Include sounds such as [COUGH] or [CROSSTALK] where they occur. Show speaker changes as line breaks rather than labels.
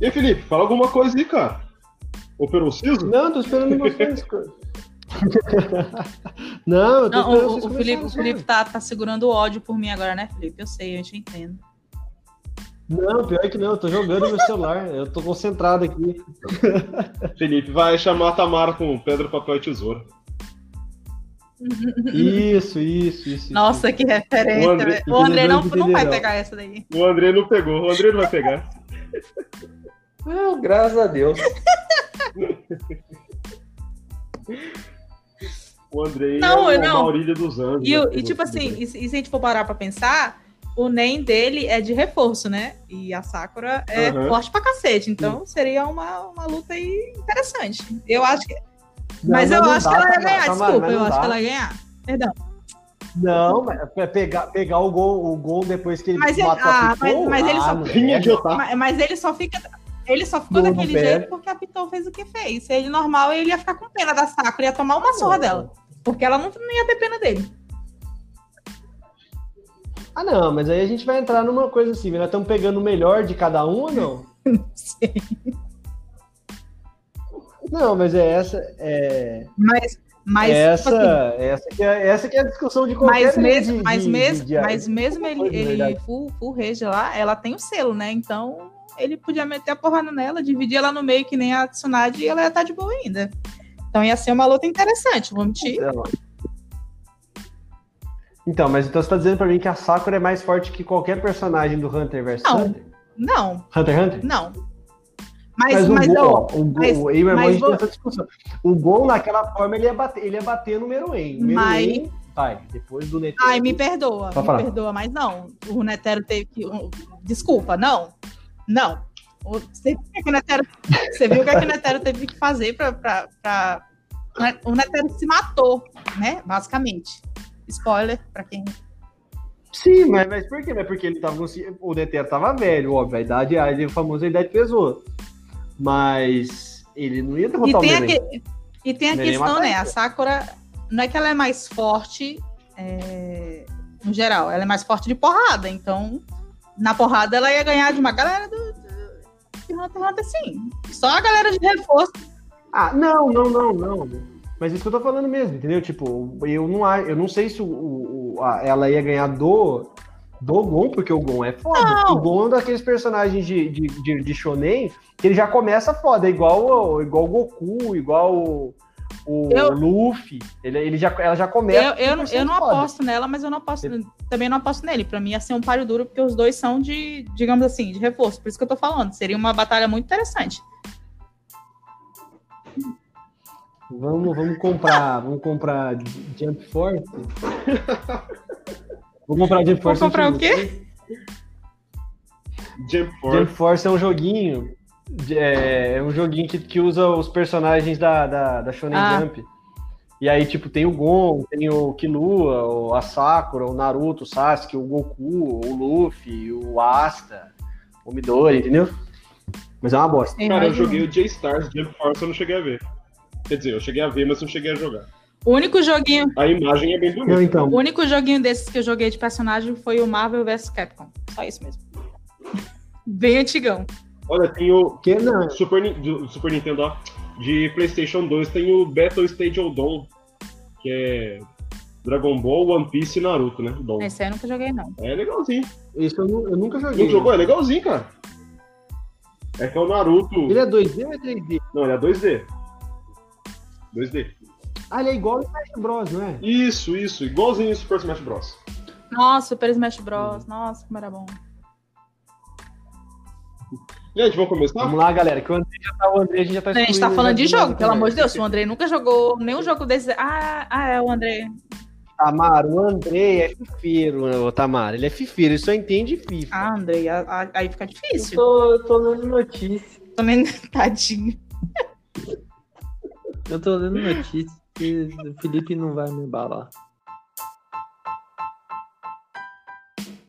E aí, Felipe, fala alguma coisa aí, cara. Ou pelo
[LAUGHS]
Ciso?
Não, tô
[LAUGHS]
esperando vocês. cara. [LAUGHS] não, eu tô
Não,
esperando
o-
vocês
o, Felipe, o
começarem.
Felipe tá, tá segurando o ódio por mim agora, né, Felipe? Eu sei, eu te entendo.
Não, pior que não, eu tô jogando meu celular. Eu tô concentrado aqui.
Felipe vai chamar a Tamara com pedra, papel e tesoura.
Isso, isso, isso.
Nossa, que referência.
O
O
André-
André, o André não, não vai
Entenderão.
pegar essa daí.
O André não pegou, o André não vai pegar.
Não, graças a Deus.
O André
Não,
é o
eu não.
Maurílio dos Anjos.
E, o-
né?
e tipo assim, e, se e se a gente for parar pra pensar, o NEM dele é de reforço, né? E a Sakura é
Aham.
forte pra cacete. Então seria uma, uma luta aí interessante. Eu acho que.
Não,
mas eu
não
acho
dá,
que ela ia
Tamara,
ganhar,
Tamara,
desculpa.
mas
Eu
não
acho
dá.
que ela ia ganhar. Perdão.
Não, mas pe- pegar, pegar o gol, o gol depois que ele
Mas ele-
matou
ah,
a Pitbull,
mas- mas ele só-
não
Vinha de otário.
Mas, mas ele só fica. Ele só ficou
Não, não
daquele
pega.
jeito porque a Pitou fez o que fez. Se ele normal, ele ia ficar com pena da Sakura, ia tomar uma surra dela. Porque ela não, não ia ter pena dele.
Ah, não, mas aí a gente vai entrar numa coisa assim, nós estamos pegando o melhor de cada um ou
[LAUGHS]
não?
sei.
Não, mas é essa, é,
Mas, mas tipo
essa,
assim,
essa, que é, essa que é a discussão de qualquer
Mas
lei
mesmo,
de-
mas
de-
mesmo,
de- de-
mas mesmo ele,
coisa, na
ele
verdade.
full, full rage lá, ela tem o selo, né? Então ele podia meter a porrada nela, dividir ela no meio, que nem a Tsunade, e ela ia estar de boa ainda. Então ia ser uma luta interessante, vou mentir.
Então, Então, mas então você tá dizendo pra mim que a Sakura é mais forte que qualquer personagem do Hunter vs
Não.
Hunter?
Não,
Hunter x Hunter?
não. Mas,
o
mas,
gol,
ó,
ó, o gol,
mas-
aí, meu irmão,
mas
a gente
vou-
tem essa discussão. O gol naquela forma ele ia bater, ele ia bater no Meruem. O
Mas-
Meruem vai, depois do Netero.
ai, me perdoa,
Pode
me
falar.
perdoa, mas não. O Netero teve que. o- Desculpa, não. Não. O- Você viu o que, é que o Netero, você viu o que, é que o Netero teve que fazer pra. pra, pra- né? O Netero se matou, né? Basicamente. Spoiler pra quem.
Sim, mas, mas por quê? Mas porque ele tava com ci- o Netero tava velho, óbvio, a idade, a idade famosa, a idade pesou. Mas ele não ia
E
derrotar
tem,
o Meruem.
aque- e tem a
Neném
questão,
mata
né?
ele.
A Sakura não é que ela é mais forte é, no geral, ela é mais forte de porrada. Então, na porrada, ela ia ganhar de uma galera do, do de Hunter x Hunter, sim. Só a galera de reforço.
Ah, não, não, não, não. Mas isso que eu tô falando mesmo, entendeu? Tipo, eu não, a- eu não sei se o, o- o- a- ela ia ganhar do, do Gon, porque o Gon é foda.
Não.
O Gon é um daqueles personagens de, de, de, de Shonen que ele já começa foda, igual, o- igual o Goku, igual o, o
Eu-
Luffy. Ele, ele já, ela já
Eu,
começa.
eu, não- eu não
foda.
aposto nela, mas eu não aposto, também não aposto nele. Pra mim ia ser um páreo duro, porque os dois são de, digamos assim, de reforço. Por isso que eu tô falando. Seria uma batalha muito interessante.
Vamos, vamos comprar. vamos comprar Jump
[LAUGHS]
Force. Vou comprar Jump Force.
Vou comprar o
infinito.
Jump Force.
Jump Force é um joguinho. de- É, é um joguinho que, que usa os personagens da, da, da Shonen
Ah.
Jump. E aí, tipo, tem o Gon, tem o Killua, o- a Sakura, o Naruto, o Sasuke, o Goku, o Luffy, o Asta, o Midori, entendeu? Mas é uma bosta.
Eu
Cara, eu
imagino.
joguei o J-Stars Jump Force, eu não cheguei a ver. Quer dizer, eu cheguei a ver, mas não cheguei a jogar.
O único joguinho
A imagem é bem
Não,
bonita.
então,
O único joguinho desses que eu joguei de personagem foi o Marvel vs Capcom. Só isso mesmo. [LAUGHS] Bem antigão.
Olha, tem o
que não.
Super, Ni- do Super Nintendo, ó. De PlayStation 2 tem o Battle Stage Odon, que é Dragon Ball, One Piece e Naruto, né? Dom.
Esse aí eu nunca joguei, não.
É legalzinho.
Isso eu, nu- eu nunca joguei.
Não jogou? É legalzinho, cara. É que é o Naruto.
Ele é 2D ou é 3D?
Não, ele é 2D. 2D.
Ah, ele é igual o Smash Bros, não é?
Isso, isso. Igualzinho o Super Smash Bros.
Nossa, Super Smash Bros. Nossa, como era bom.
Gente, vamos começar?
Vamos lá, galera, que o André já tá, o André, a gente já tá
a gente tá
excluindo
falando de
ele já né?
jogo,
da
pelo amor de
conversa.
Deus. O André nunca jogou nenhum jogo desse. Ah, ah, é o André.
Tamara, o Andrei é fifeiro, o Tamara. Ele é fifeiro, ele só entende FIFA.
Ah, André, a- a- aí fica
Eu
difícil.
tô, eu tô lendo notícia.
Também, [LAUGHS] tadinho.
Eu tô lendo notícia que o Felipe não vai me embalar.